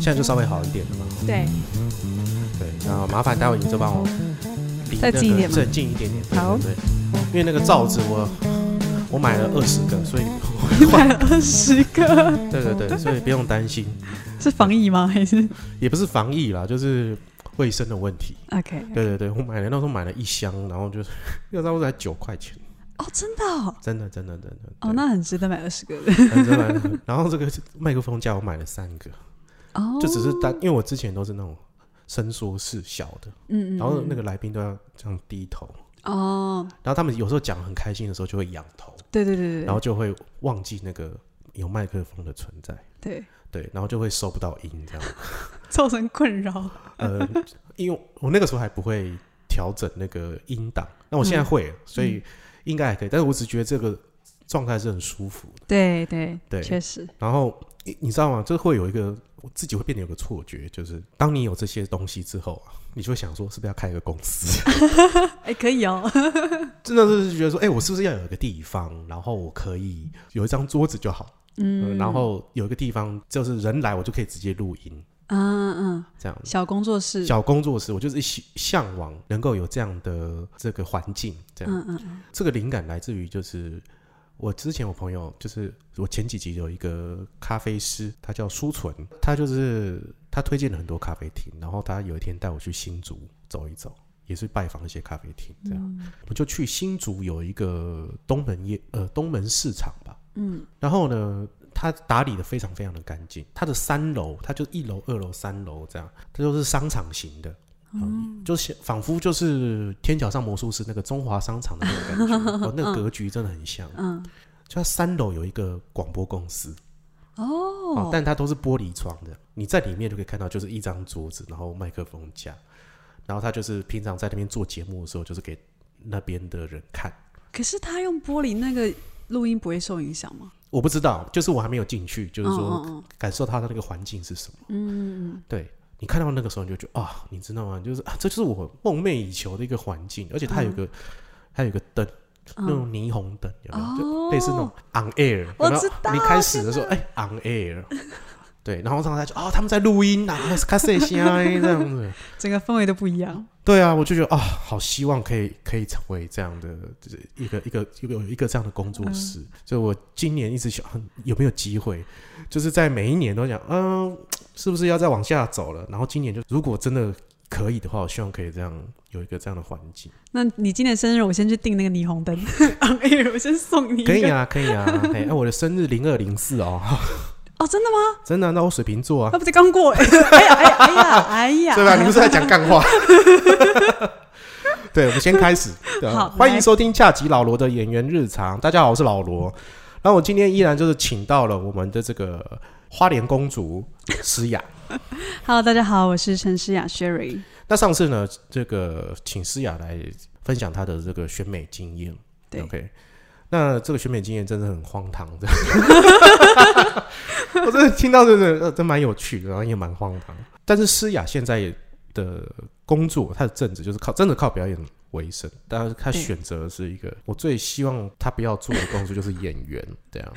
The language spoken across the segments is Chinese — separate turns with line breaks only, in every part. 现在就稍微好一点了嘛。
对，
对，那麻烦待会你就帮我离
再
那
近一点
个
吗
再近一点点。对
好
对，对因为那个罩子我我买了二十个，所以
你买了二十个，
对对对，所以不用担心，
是防疫吗？还是
也不是防疫啦，就是卫生的问题。
OK？
对对对，我买了那时候买了一箱，然后就是 那时候才九块钱，
哦，真的哦，
真的真的真的。
哦，那很值得买二十个的
对 很真的。然后这个麦克风架我买了三个，
哦，
就只是单，因为我之前都是那种伸缩式小的，
嗯嗯，
然后那
个
个来宾都要这样低头，
哦，
然后他们有时候讲得很开心的时候就会仰头，
对对对对，
然后就会忘记那个有麦克风的存在，
对
对，然后就会收不到音这样。
造成困扰，
呃，因为我那个时候还不会调整那个音档，那我现在
嗯
会了，所以应该还可以。但是我只觉得这个状态是很舒服的。
对对
对
确实，
然后你你知道吗？这会有一个我自己会变得有个错觉，就是当你有这些东西之后啊，你就会想说是不是要开一个公司？
哎，可以哦，
真的是觉得说，哎、我是不是要有一个地方，然后我可以有一张桌子就好，呃
嗯，
然后有一个地方就是人来我就可以直接录音，
嗯嗯，
这样
小工作室，
小工作室，我就是希向往能够有这样的这个环境，这样。
嗯嗯嗯，
这个灵感来自于就是我之前我朋友，就是我前几集有一个咖啡师，他叫舒纯，他就是他推荐了很多咖啡厅，然后他有一天带我去新竹走一走。也是拜访一些咖啡厅，这样、我就去新竹有一个东门夜呃东门市场吧，
嗯，
然后呢，他打理的非常非常的干净，他的三楼，他就一楼、二楼、三楼这样，它就是商场型的，嗯，就是仿佛就是天桥上魔术师那个中华商场的那种感 觉，哦，那个格局真的很像。
嗯，
就它三楼有一个广播公司，哦
哦，，
但它都是玻璃窗的，你在里面就可以看到，就是一张桌子，然后麦克风架，然后他就是平常在那边做节目的时候，就是给那边的人看。
可是他用玻璃那个录音不会受影响吗？
我不知道，就是我还没有进去，就是
嗯
说
嗯
感受它的那个环境是什么。
嗯，嗯
对你看到那个时候，你就觉得啊，你知道吗？就是啊，这就是我梦寐以求的一个环境，而且它有
啊
个，它有个灯，那种霓虹灯，有没
嗯
有？就类似那种 on air，
哦我
有没有
知道
你开始的时候，哎，on air，对，然后上来就哦，他们在录音呐，卡塞西啊，这样子。
嗯整个氛围都不一样，
对啊，我就觉得啊、好希望可以可以成为这样的，就是一个一个一个有一个这样的工作室。
嗯
所以我今年一直想嗯有没有机会，就是在每一年都想，嗯，是不是要再往下走了？然后今年就如果真的可以的话，我希望可以这样有一个这样的环境。
那你今年生日，我先去订那个霓虹 灯，on air，我哎先送你一个。
可以啊，可以啊。哎、那我的生日零二零四哦，
哦，真的 吗？
真的啊、那我水瓶座啊
那，不是刚过？哎呀，哎呀，哎呀，哎呀，
对吧？ 你们是在讲干话。 对，我们先开始。对啊
好
欢迎
来
收听下集老罗的演员日常。大家好，我是老罗。然后我今天依然就是请到了我们的这个花莲公主诗雅。
Hello，大家好，我是陈诗雅 Sherry。
那上次呢，这个请诗雅来分享她的这个选美经验。
对
，OK。那这个选美经验真的很荒唐 的，我真的听到真的呃真蛮有趣的，然后也蛮荒唐。但是诗雅现在的工作，她的正职就是靠真的靠表演为生，但是她
对
选择的是一个我最希望她不要做的工作，就是演员。这样、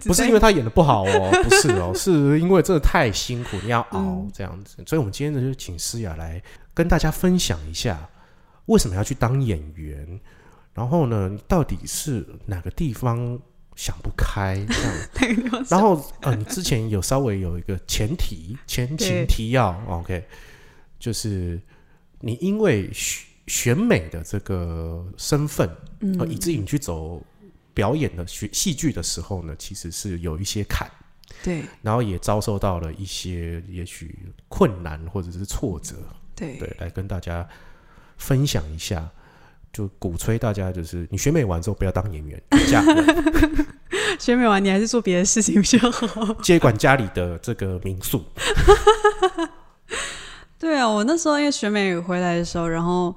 不
不 是因为她演的不好哦，不是哦，是因为真的太辛苦，你要熬
嗯
这样子。所以我们今天呢，就请诗雅来跟大家分享一下为什么要去当演员，然后呢，你到底是哪个地方想不开 这样？
那个地方是
然后呃，你之前有稍微有一个前提前情
对
提要，OK，就是你因为选选美的这个身份，呃，以
嗯，
至于你去走表演的学戏剧的时候呢，其实是有一些坎，
对
然后也遭受到了一些也许困难或者是挫折，
对
对，来跟大家分享一下。就鼓吹大家，就是你选美完之后不要当演员，嫁人
学美完你还是做别的事情比较好。
接管家里的这个民宿。
对啊，我那时候因为学美回来的时候，然后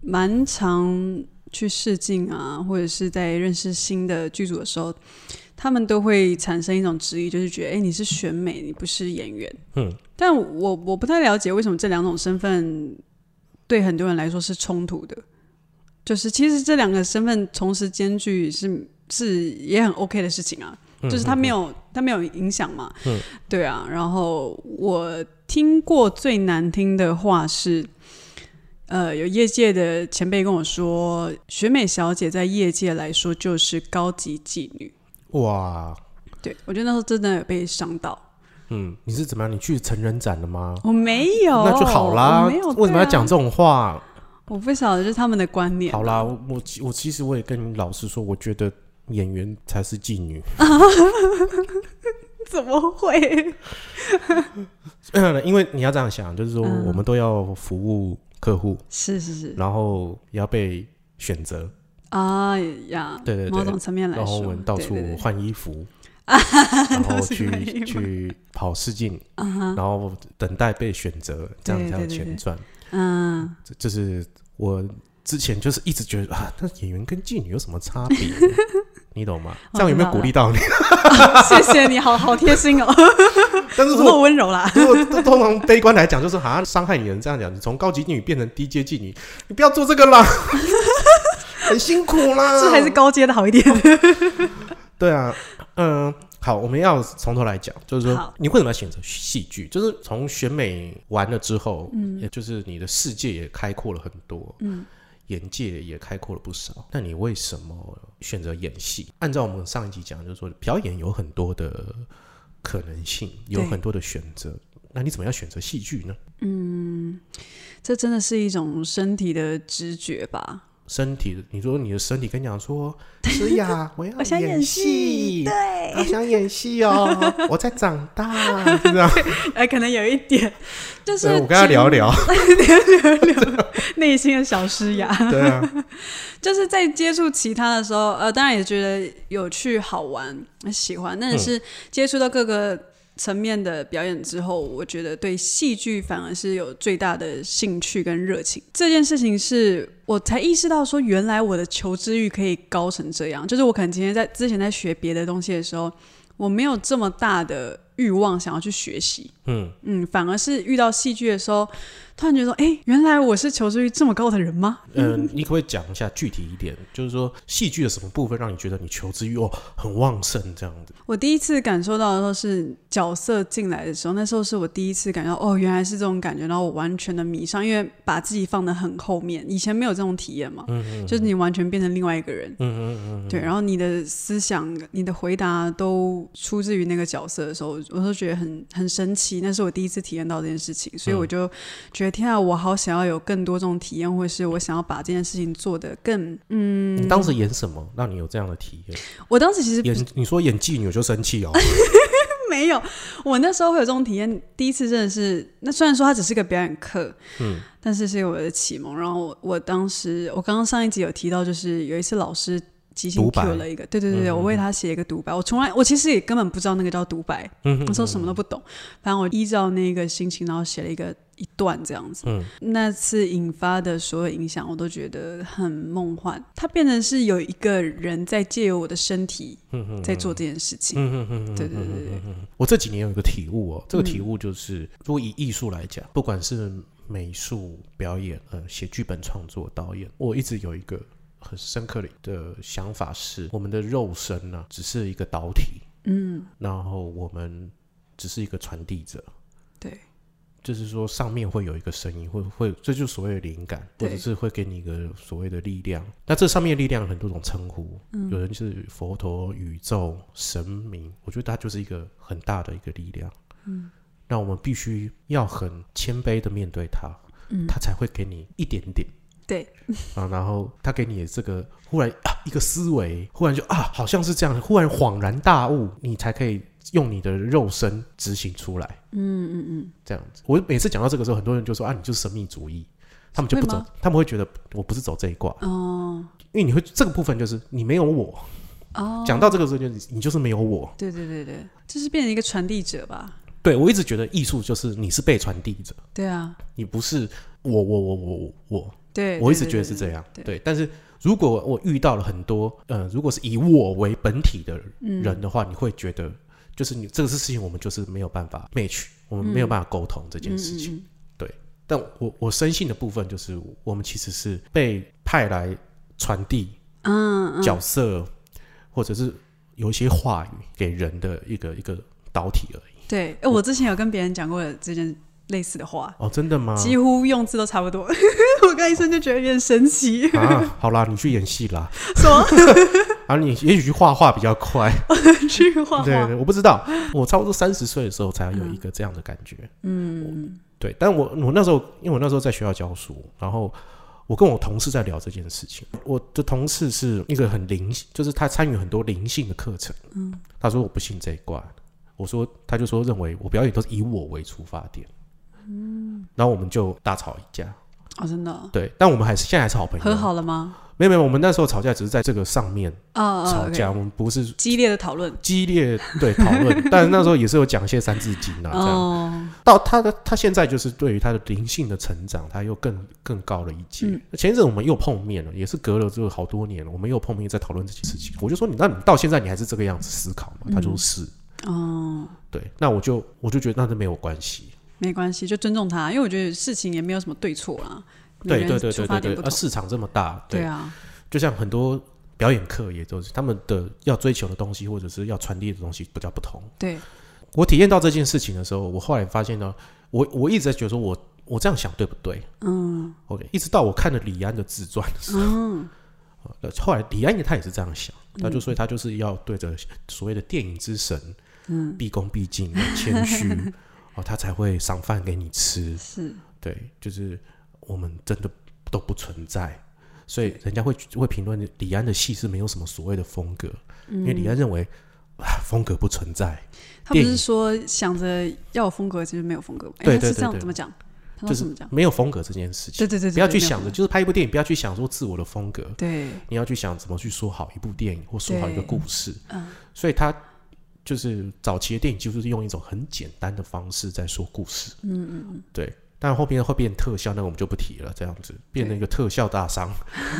蛮常去试镜啊，或者是在认识新的剧组的时候，他们都会产生一种质疑，就是觉得哎，你是选美，你不是演员。
嗯，
但我我不太了解为什么这两种身份对很多人来说是冲突的，就是其实这两个身份同时兼具是是也很 OK 的事情啊。就是它没有它没有影响嘛。对啊，然后我听过最难听的话是。呃，有业界的前辈跟我说，学美小姐在业界来说就是高级妓女。
哇，
对我觉得那时候真的有被伤到，
嗯，你是怎么样？你去成人展了吗？
我哦没有，
那就好啦。
我没有，
为什么要讲
对
这
啊？
种话？
我不晓得，就是他们的观 念。
好啦，，我我其我其实我也跟你老实说，我觉得演员才是妓女。
怎么会？
嗯，因为你要这样想，就是说
嗯
我们都要服务客户，
是是是
然后也要被选择，
啊呀，
对对对
某种层面来
然后
说，
我们到
对
处
哎对对
换衣 服，然
到
后
处换衣
去
服
去跑试镜，
啊哈
然后等待被选择，这样
对
才有
对对对
钱赚。
嗯，
这就是我之前就是一直觉得啊，那演员跟妓女有什么差 别？你懂吗？这样有没有鼓励到你？
谢谢你好好贴 心哦，
但是
不
我
够温柔啦。
如果通常悲观来讲，就是好像伤害你的人这样讲，你从高级妓女变成低阶妓女，你不要做这个 啦，很辛苦啦。
这还是高阶的好一点。
对啊，嗯、好，我们要从头来讲，就是说
好
你为什么要选择戏剧？就是从选美完了之后，嗯，也就是你的世界也开阔了很多，嗯，眼界也开阔了不少。那你为什么选择演戏？按照我们上一集讲，就是说表演有很多的可能性，有
对
很多的选择。那你怎么要选择戏剧呢？
这真的是一种身体的直觉吧？
身体的，你说你的身体跟你讲 说，思雅，我要
我想演戏
戏，对，我想演戏哦，我在长大，是这样。
哎，可能有一点，就是
呃我跟他聊一
聊。
聊，
内心的小诗雅，
对啊，
就是在接触其他的时候，呃，当然也觉得有趣、好玩、喜欢，但是接触到各个层面的表演之后，我觉得对戏剧反而是有最大的兴趣跟热情。这件事情是我才意识到，说原来我的求知欲可以高成这样，就是我可能今天在之前在学别的东西的时候，我没有这么大的欲望想要去学习，
嗯，
嗯，反而是遇到戏剧的时候，突然觉得说，哎、原来我是求知欲这么高的人吗？
呃，你可不可以讲一下具体一点？就是说戏剧的什么部分让你觉得你求知欲哦很旺盛这样子？
我第一次感受到的时候是角色进来的时候，那时候是我第一次感觉到哦，原来是这种感觉，然后我完全的迷上，因为把自己放得很后面，以前没有这种体验嘛，就是你完全变成另外一个人，嗯嗯嗯，对，然后你的思想、你的回答都出自于那个角色的时候，我都觉得很很神奇，那是我第一次体验到这件事情，所以我就觉得天啊，我好想要有更多这种体验，或是我想要把这件事情做得更，嗯，
你当时演什么让你有这样的体验？
我当时其实
演你说演妓女我就生 气哦，
没有，我那时候会有这种体验，第一次真的是，那虽然说它只是个表演课，嗯，但是是我的启蒙。然后我我当时，我刚刚上一集有提到，就是有一次老师即兴
独白嗯
Q 了一个，对对对对，我为他写一个独白，我从来我其实也根本不知道那个叫独白，
嗯
我说什么都不懂，反正我依照那个心情，然后写了一个一段这样子。
嗯
那次引发的所有影响，我都觉得很梦幻。它变成是有一个人在借由我的身体
嗯
在做这件事情。
嗯嗯嗯
对对对对对，
我这几年有一个体悟哦，这个
嗯
体悟就是，如果以艺术来讲，不管是美术表演、呃，写剧本创作、导演，我一直有一个很深刻的想法是，我们的肉身呢、只是一个导体，嗯，然后我们只是一个传递者，
对。
就是说上面会有一个声音，会会，这就是所谓的灵感，或
对
者是会给你一个所谓的力量。那这上面的力量有很多种称呼，有人是佛陀、宇宙、神明，我觉得它就是一个很大的一个力量。嗯，那我们必须要很谦卑的面对它，嗯，它才会给你一点点。
对
啊，然后他给你的这个忽然啊一个思维，忽然就啊好像是这样，忽然恍然大悟，你才可以用你的肉身执行出来。
嗯嗯嗯，
这样子。我每次讲到这个时候，很多人就说啊，你就是神秘主义，他们就不
会
走
吗，
他们会觉得我不是走这一卦，
哦
因为你会这个部分就是你没有我。
哦，
讲到这个时候，就是你就是没有我。
对对对对，就是变成一个传递者吧？
对我一直觉得艺术就是你是被传递者，
对啊，
你不是我我我我我我，
对，
我一直
对
觉得是这。样。
对
对，但是如果我遇到了很多呃，如果是以我为本体的
嗯
人的话，你会觉得就是你这个事情我们就是没有办法 match，我们没有办法沟通这
对对
件
对嗯
事情。
嗯嗯
但我我深信的部分就是，我们其实是被派来传递
嗯嗯，
角色，或者是有一些话语给人的一个一个导体而已。
对，哎，我之前有跟别人讲过这件类似的话，
哦，真的吗？
几乎用字都差不多。 我刚一瞬就觉得有点神奇，
啊，好啦，你去演戏 啦，
说
啊，你也许去画画比较快。
去画
对
画，
对，我不知道，我差不多三十岁的时候才有一个这样的感觉。
嗯，
对，但我我那时候，因为我那时候在学校教书，然后我跟我同事在聊这件事情。我的同事是一个很灵，就是他参与很多灵性的课程。嗯，他说我不信这一卦，我说他就说认为我表演都是以我为出发点。嗯，然后我们就大吵一架。
哦，真的
对，但我们还是现在还是好朋友。
和好了吗？
没有没有，我们那时候吵架只是在这个上面
啊啊，
吵
OK
架，我们不是
激烈的讨论，
激烈对讨 论，但是那时候也是有讲一些三字经啊，这样。
哦，
到他的他现在就是对于他的灵性的成长，他又更更高了一阶。
嗯
前一阵我们又碰面了，也是隔了这个好多年了，我们又碰面在讨论这件事情。我就说你，那你到现在你还是这个样子思考吗？他说是。
嗯哦，
对，那我就我就觉得那都没有关系。
没关系，就尊重他，因为我觉得事情也没有什么对错啦。
对
每个
对
人
对
出
对
发
对
点
对，
不
啊，
同，
市场这么大，
对啊，
就像很多表演课也都是他们的要追求的东西，或者是要传递的东西比较不同。
对，
我体验到这件事情的时候，我后来发现呢，我我一直在觉得说我我这样想对不对
嗯
？OK，一直到我看了李安的自传的时候，
嗯，
呃后来李安也他也是这样想，他就所以他就是要对着所谓的电影之神，嗯，毕恭毕敬、谦 虚，哦，他才会赏饭给你吃。
是
对，就是我们真的都不存在，所以人家会会评论李安的戏是没有什么所谓的风格，因
嗯
为李安认为啊风格不存在，
他不
电
是
影
说想着要有风格，其实没有风格吗，哎
对
他
对
是
对
这样
对
怎么讲？他
就
说
是
怎么讲？
没有风格这件事情
对。对对，对
不要去
对
想着，就是拍一部电影，不要去想说自我的风格，
对，
你要去想怎么去说好一部电影或说好一个
对
故事。
嗯
所以他就是早期的电影，就是用一种很简单的方式在说故事。嗯嗯嗯，对。但后面会变特效，那个我们就不提了。这样子变成一个特效大 商，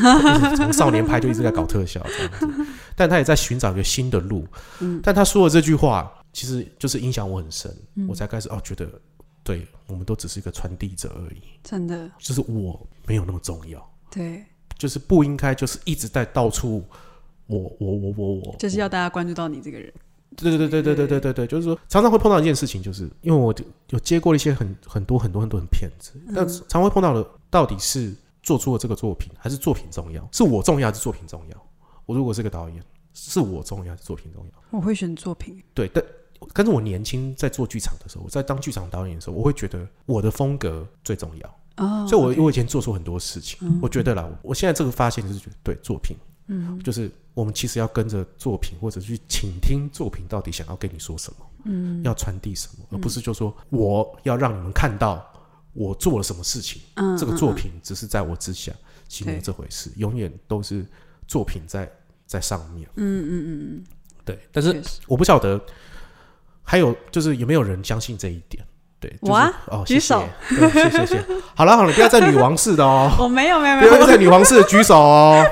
一直从少年派就一直在搞特效这样子。但他也在寻找一个新的路。嗯、但他说的这句话，其实就是影响我很深。
嗯
我才开始哦，觉得对我们都只是一个传递者而已，
真的
就是我没有那么重要。
对，
就是不应该就是一直在到处我我我我我，
就是要大家关注到你这个人。
对对对对对对对对，就是说常常会碰到一件事情，就是因为我就有接过一些很很多很多很多很骗子，
嗯
但是常会碰到的到底是做出了这个作品，还是作品重要？是我重要还是作品重要？我如果是个导演，是我重要还是作品重要？
我会选作品，
对，但跟着我年轻在做剧场的时候，我在当剧场导演的时候，我会觉得我的风格最重要。
哦，
所以我
OK 嗯
我以前做出很多事情，我觉得啦，我现在这个发现就是觉得对作品，嗯，就是我们其实要跟着作品，或者去倾听作品到底想要跟你说什么，嗯，要传递什么，而不
嗯
是就说我要让你们看到我做了什么事情，
嗯
这个
嗯
作
嗯
品只是在我之下，其实没有
对
这回事，永远都是作品在在上面，
嗯嗯嗯嗯，
对，但是
确实
我不晓得还有就是有没有人相信这一点。对，就是、
我啊
哦，
举
谢谢
手，
对谢谢谢 谢。好了好了，不要再女王式的 哦。
我没有没有没
不要
有
在女王室举手哦！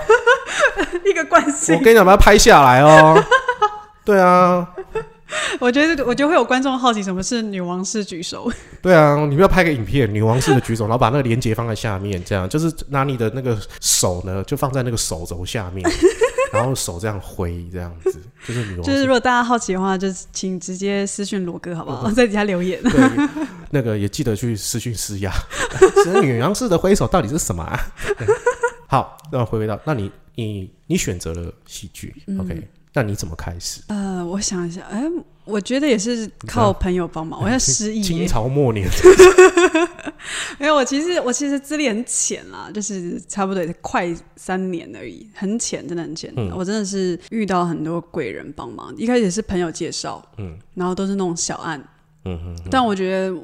一个惯
我
性，
跟你讲，把它拍下来哦。 对啊，
我觉得我觉得会有观众好奇什么是女王式举手，
对啊，你不要拍个影片，女王式的举手，然后把那个连接放在下面，这样就是拿你的那个手呢，就放在那个手肘下 面，然后手这样挥，这样子就是女王
就是
式。
如果大家好奇的话，就是请直接私讯罗哥好不
嗯
好，在底下留 言。
对，那个也记得去私讯施 压，其实女王式的挥手到底是什么、啊？对好，那回归到，那你你你选择了戏剧、o
嗯
k 那你怎么开始？
呃，我想一下，哎、我觉得也是靠朋友 帮忙，我要失忆
清
耶。
朝末年，
没有，我其实我其实资历很浅啦，就是差不多也快三年而已，很浅，真的很浅。
嗯
我真的是遇到很多贵人帮忙，一开始也是朋友介绍，
嗯
然后都是那种小案，
嗯嗯嗯
但我觉得。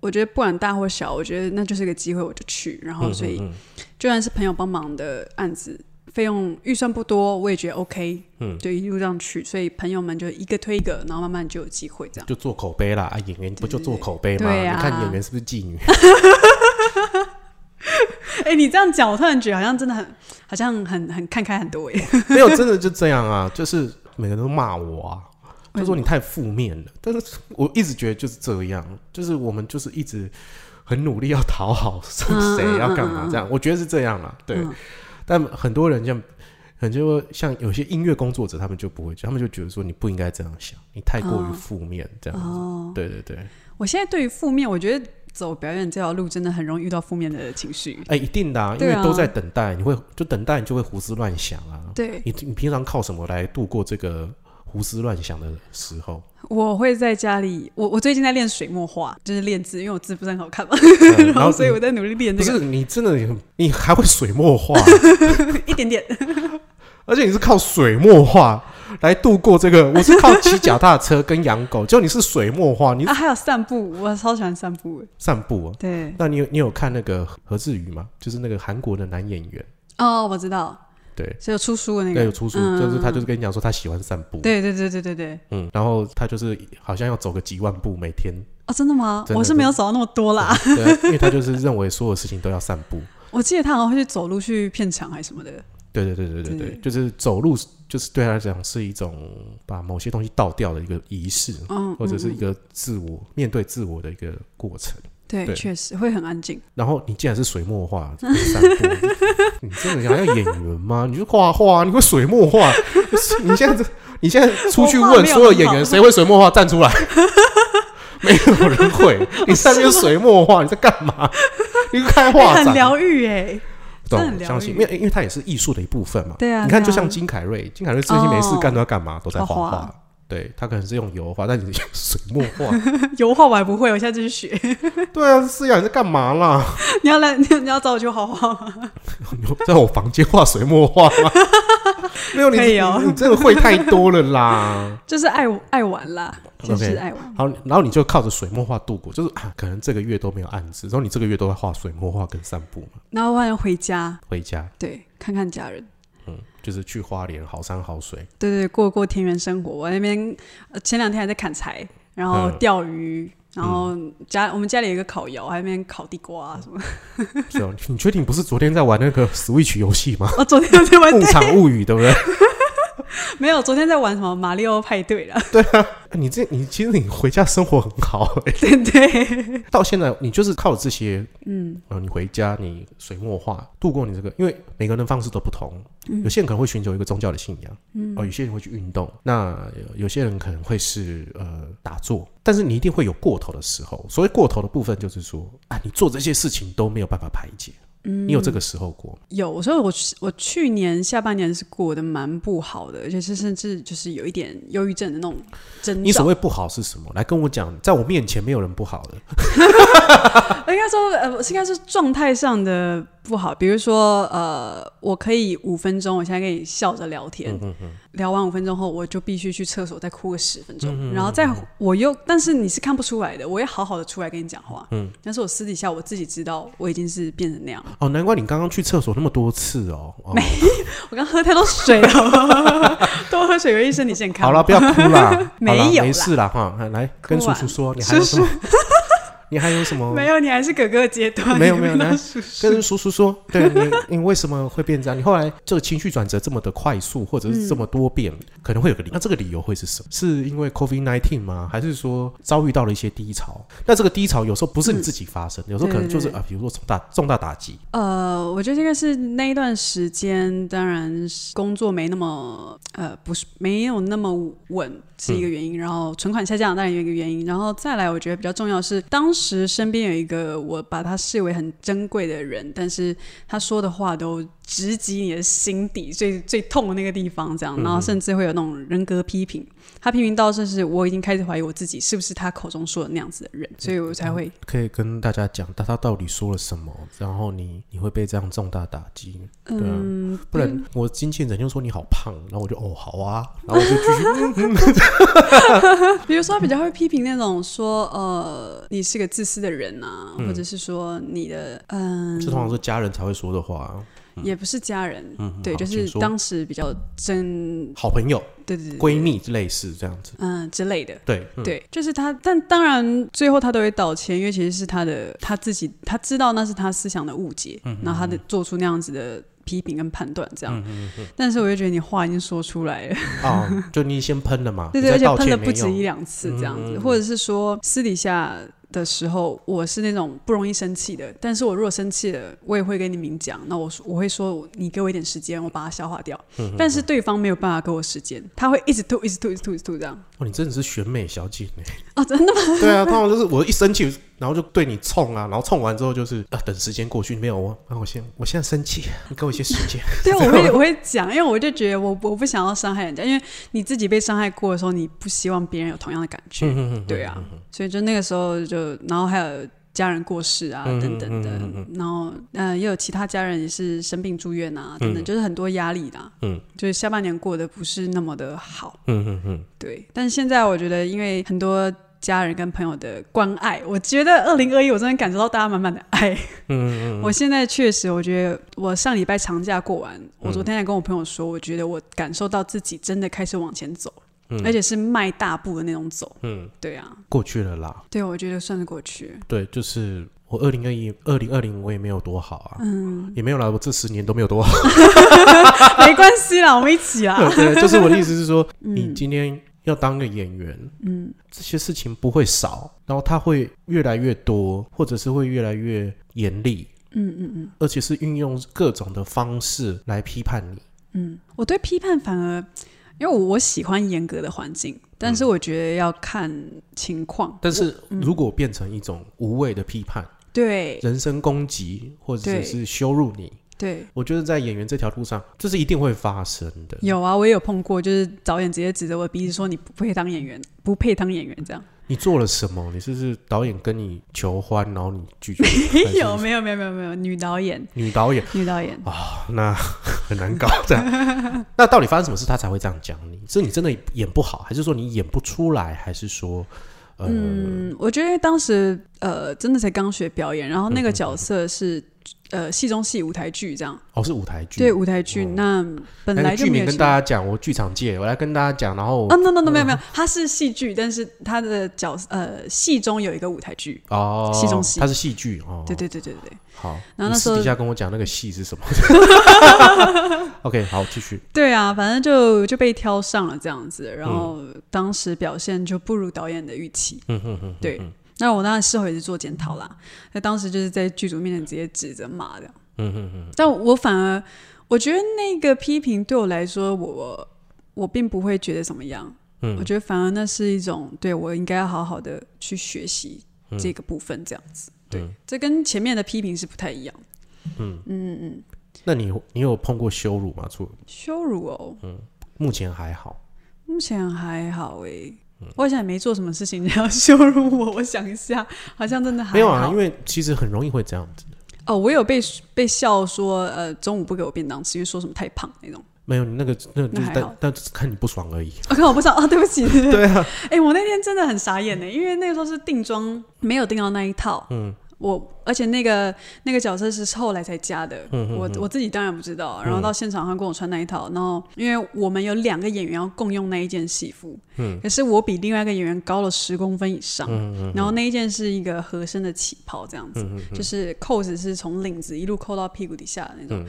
我觉得不管大或小，我觉得那就是个机会，我就去。然后，
嗯，
所以
嗯
就算是朋友帮忙的案子，费用预算不多，我也觉得 OK。
嗯
就一路这样去，所以朋友们就一个推一个，然后慢慢就有机会这 样。
就做口碑啦，啊，演员不就做口碑吗？
对啊
你看演员是不是妓女？
哎、你这样讲，我突然觉得好像真的很，好像很很看开很多耶。
没有，真的就这样啊，就是每个人都骂我啊，就说你太负面了。但是我一直觉得就是这样，就是我们就是一直很努力要讨好谁
嗯嗯
要干嘛
嗯嗯
这样，我觉得是这样啊，对
嗯。
但很多人像可能就会像有些音乐工作者，他们就不会，他们就觉得说你不应该这样想，你太过于
哦
负面这样子。
哦，
对对对，
我现在对于负面，我觉得走表演这条路真的很容易遇到负面的情绪。
哎，一定的、啊，因
对
为
啊
都在等待，你会就等待，你就会胡思乱想啊。
对，
你你平常靠什么来度过这个胡思乱想的时候？
我会在家里，我我最近在练水墨画，就是练字，因为我字不是很好 看嘛，
嗯
然后所以
你
我在努力练
不
这个
是你真的你你还会水墨画，
一点点。
而且你是靠水墨画来度过这 个，我是靠骑脚踏车跟养狗，就你是水墨画，你
啊，还有散步，我超喜欢散步的。
散步、啊。
对，
那你有你有看那个何志宇吗？就是那个韩国的男演员，
哦，我知道，
对，
是有出书的那
那
个
有，出书，
嗯
就是他就是跟你讲说他喜欢散步，
对对对对对对。
嗯，然后他就是好像要走个几万步每 天，
哦，真的吗？
真的
我是没有走到那么多啦。
对啊，因为他就是认为所有事情都要散步，
我记得他好像会去走路去片场还是什么的。
对对对对对对
对，
就是走路就是对他来讲是一种把某些东西倒掉的一个仪式，
嗯，
或者是
嗯
一个自我面对自我的一个过程。
对，
对
确实会很安静。
然后你竟然是水墨画，不是散步， 你真的想要演员吗？你就画画啊，你会水墨画？你现在这，你现在出去
我画
问
没有
所有演
很
员
好
谁会水墨画，站出来， 没有人 会。你上面水墨画，你在干嘛？你开画
哎很
展，
疗愈哎。真的很
懂？
疗
相信，
愈
因为因为它也是艺术的一部分嘛。
对啊
你看，
对啊
就像金凯瑞，金凯瑞最近没事
哦
干都要干嘛？都在画
画
画
啊画。
对他可能是用油画，但你水墨画，
油画我还不会，我现在就去学。
对啊，思雅你在干嘛啦？
你要来，你你要找我去画画吗？
你有 在我房间画水墨画吗？ 没有，你
可以哦
你你真的会太多了啦。
就是爱爱玩啦，就
OK
是爱玩。
好，然后你就靠着水墨画度过，就是啊，可能这个月都没有案子，然后你这个月都在画水墨画跟散步嘛，
然后晚上回家，
回家，
对，看看家人，
嗯，就是去花莲好山好水，
对对，过过田园生活。我那边呃前两天还在砍柴，然后
嗯
钓鱼，然后家我们家里有一个烤窑，还在那边烤地瓜 啊什么。
是哦。 你确定不是昨天在玩那个 Switch 游戏吗？
哦我昨天在玩
牧场物语对不对？
没有，昨天在玩什么马里奥派 对啦。
你这你其实你回家生活很好 哎、
对对，
到现在你就是靠这些
嗯，
呃，你回家，你水墨画度过你这个，因为每个人的方式都不同，有些人可能会寻求一个宗教的信仰，嗯，哦，有些人会去运动，那有有些人可能会是呃打坐，但是你一定会有过头的时候。所谓过头的部分，就是说啊，你做这些事情都没有办法排解，嗯，你有这个时候过吗？
有，所以我去我去年下半年是过得蛮不好的，而且是甚至就是有一点忧郁症的那种征
你所
兆。
谓不好是什么？来跟我讲，在我面前没有人不好的，
应该说，呃，是应该是状态上的不好，比如说，呃，我可以五分钟，我现在可以笑着聊
嗯
天，聊完五分钟后，我就必须去厕所再哭个十分钟，
嗯
然后再我又，但是你是看不出来的，我也好好的出来跟你讲话，嗯，但是我私底下我自己知道，我已经是变成那样了。
哦，难怪你刚刚去厕所那么多次哦。哦
我刚喝太多水了， 多喝水有益身体健康。
好了，，不要哭啦，好啦
没有啦啊
没事啦哈，来跟
哭
叔
完
叔说，你还有什么？你还有什么？
没有，你还是哥哥阶段，
没有没有
你不
来
能叔叔
跟叔叔说，对你，你 为什么会变这样？你后来这个情绪转折这么的快速，或者是这么多变，
嗯
可能会有个理。那这个理由会是什么？是因为 COVID nineteen 吗？还是说遭遇到了一些低潮？那这个低潮有时候不是你自己发生的，有时候可能就是
嗯对对
啊，比如说重大重大打击，
呃，我觉得这个是那一段时间，当然是工作没那么呃，不是没有那么稳是一个原因，然后存款下降当然有一个原因，然后再来我觉得比较重要的是，当时身边有一个我把他视为很珍贵的人，但是他说的话都直击你的心底最最痛的那个地方，这样，然后甚至会有那种人格批评，他批评到甚至我已经开始怀疑我自己是不是他口中说的那样子的人，所以我才会
可以跟大家讲，但他到底说了什么？然后你你会被这样重大打击，对啊，
嗯，
不然我经纪人就说你好胖，然后我就哦好啊，然后我就继续嗯嗯
比如说，他比较会批评那种说，呃，你是个自私的人啊，或者是说你的，嗯、
这通嗯常是家人才会说的话，
也不是家人，
嗯，
对，
好
就
请
是
说
当时比较真，
好朋友、
对对对，
闺蜜类似这样子。
嗯、之类的。
对，嗯、
对，就是他，但当然最后他都会道歉，因为其实是他的他自己，他知道那是他思想的误解，
嗯
然后他的做出那样子的批评跟判断这样。
嗯
但是我就觉得你话已经说出来了，
啊，就你先喷了嘛，
对
你
对，而
再
且
道
喷
歉
了
没
不止
用
一两次这样子，
嗯
或者是说私底下的时候，我是那种不容易生气的，但是我如果生气了，我也会跟你明讲，那我说我会说你给我一点时间，我把它消化掉。
嗯
但是对方没有办法给我时间，他会一直吐，一直吐，一直吐，一直吐这样。
哦，你真的是选美小姐呢？
哦，真的吗？
对啊，通常就是我一生气，然后就对你冲啊，然后冲完之后就是啊，等时间过去没有我，啊，我先我现在生气，你给我一些时间。
对，我会我会讲，因为我就觉得我我不想要伤害人家，因为你自己被伤害过的时候，你不希望别人有同样的感觉。对啊，所以就那个时候就，然后还有家人过世啊，等等的，然后呃，也有其他家人也是生病住院啊，等等，就是很多压力啦。
嗯，
就是下半年过得不是那么的好。
嗯嗯嗯，
对，但现在我觉得，因为很多家人跟朋友的关爱，我觉得二零二一我真的感受到大家满满的爱。 嗯嗯我现在确实，我觉得我上礼拜长假过完，我昨天还跟我朋友说，我觉得我感受到自己真的开始往前走，而且是迈大步的那种走。
嗯，
对啊，
过去了啦。
对，我觉得算得过去。
对，就是我二零二一、二零二零我也没有多好啊，
嗯，
也没有啦，我这十年都没有多 好。
没关系啦，我们一起 啦。
对，就是我的意思是说，你
嗯
今天要当个演员，
嗯
这些事情不会少，然后它会越来越多，或者是会越来越严厉，
嗯嗯嗯
而且是运用各种的方式来批判你。
嗯，我对批判反而，因为我我喜欢严格的环境，但是我觉得要看情况。
但是如果变成一种无谓的批判、
嗯对
人身攻击，或者
对
是羞辱你，
对，
我觉得在演员这条路上，这是一定会发生的。
有啊，我也有碰过，就是导演直接指着我的鼻子说你不配当演员， 不配当演员这样。
你做了什么？你是不是导演跟你求欢，然后你拒绝？ 还是
有没有没有没有没有女导演，
女导演
女导演，
啊、那很难搞。这样， 那到底发生什么事他才会这样讲你？是你真的演不好，还是说你演不出来，还是说，呃，
嗯，我觉得当时呃真的才刚学表演，然后那个角色是呃戏中戏舞台剧这样，
哦，是舞台剧？哦哎
对舞台剧，那本
那个
来
剧
就没
名
有
跟
戏
大家嗯讲，我剧场界，我来跟大家讲，然后
啊、no no no 没有没有，它是戏剧，但是它的角色呃戏中有一个舞台剧，
哦，
戏中戏
它是戏剧哦，
对对对对对对
好，
然后那
你
时
私
候
底下跟我讲那个戏是 什么 ？OK，好，继续。
对啊，反正就就被挑上了这样子，然后当时表现就不如导演的预期，
嗯哼哼，
对。那我当然事后也是做检讨啦，那当时就是在剧组面前直接指着骂的，
嗯哼哼，
但我反而我觉得那个批评对我来说，我我并不会觉得怎么样，
嗯
我觉得反而那是一种对我应该要好好的去学习这个部分，这样子，对
嗯，
这跟前面的批评是不太一样。
那你你有碰过羞辱吗？除
羞辱哦，
目前还好，
目前还好诶，我好像也没做什么事情要羞辱我，我想一下，好像真的还好
没有啊，因为其实很容易会这样子。
哦，我有被被笑说，呃，中午不给我便当吃，因为说什么太胖那种。
没有，你那个那个就是
那还好
但但只是看你不爽而已。
我、看我不知道啊、对不起。对啊，哎、我那天真的很傻眼呢，因为那个时候是定妆，没有定到那一套。嗯，我而且那个那个角色是后来才加的，我我自己当然不知道。然后到现场他跟我穿那一套，然后因为我们有两个演员要共用那一件戏服，嗯，可是我比另外一个演员高了十公分以上，然后那一件是一个合身的旗袍，这样子，就是扣子是从领子一路扣到屁股底下的那种。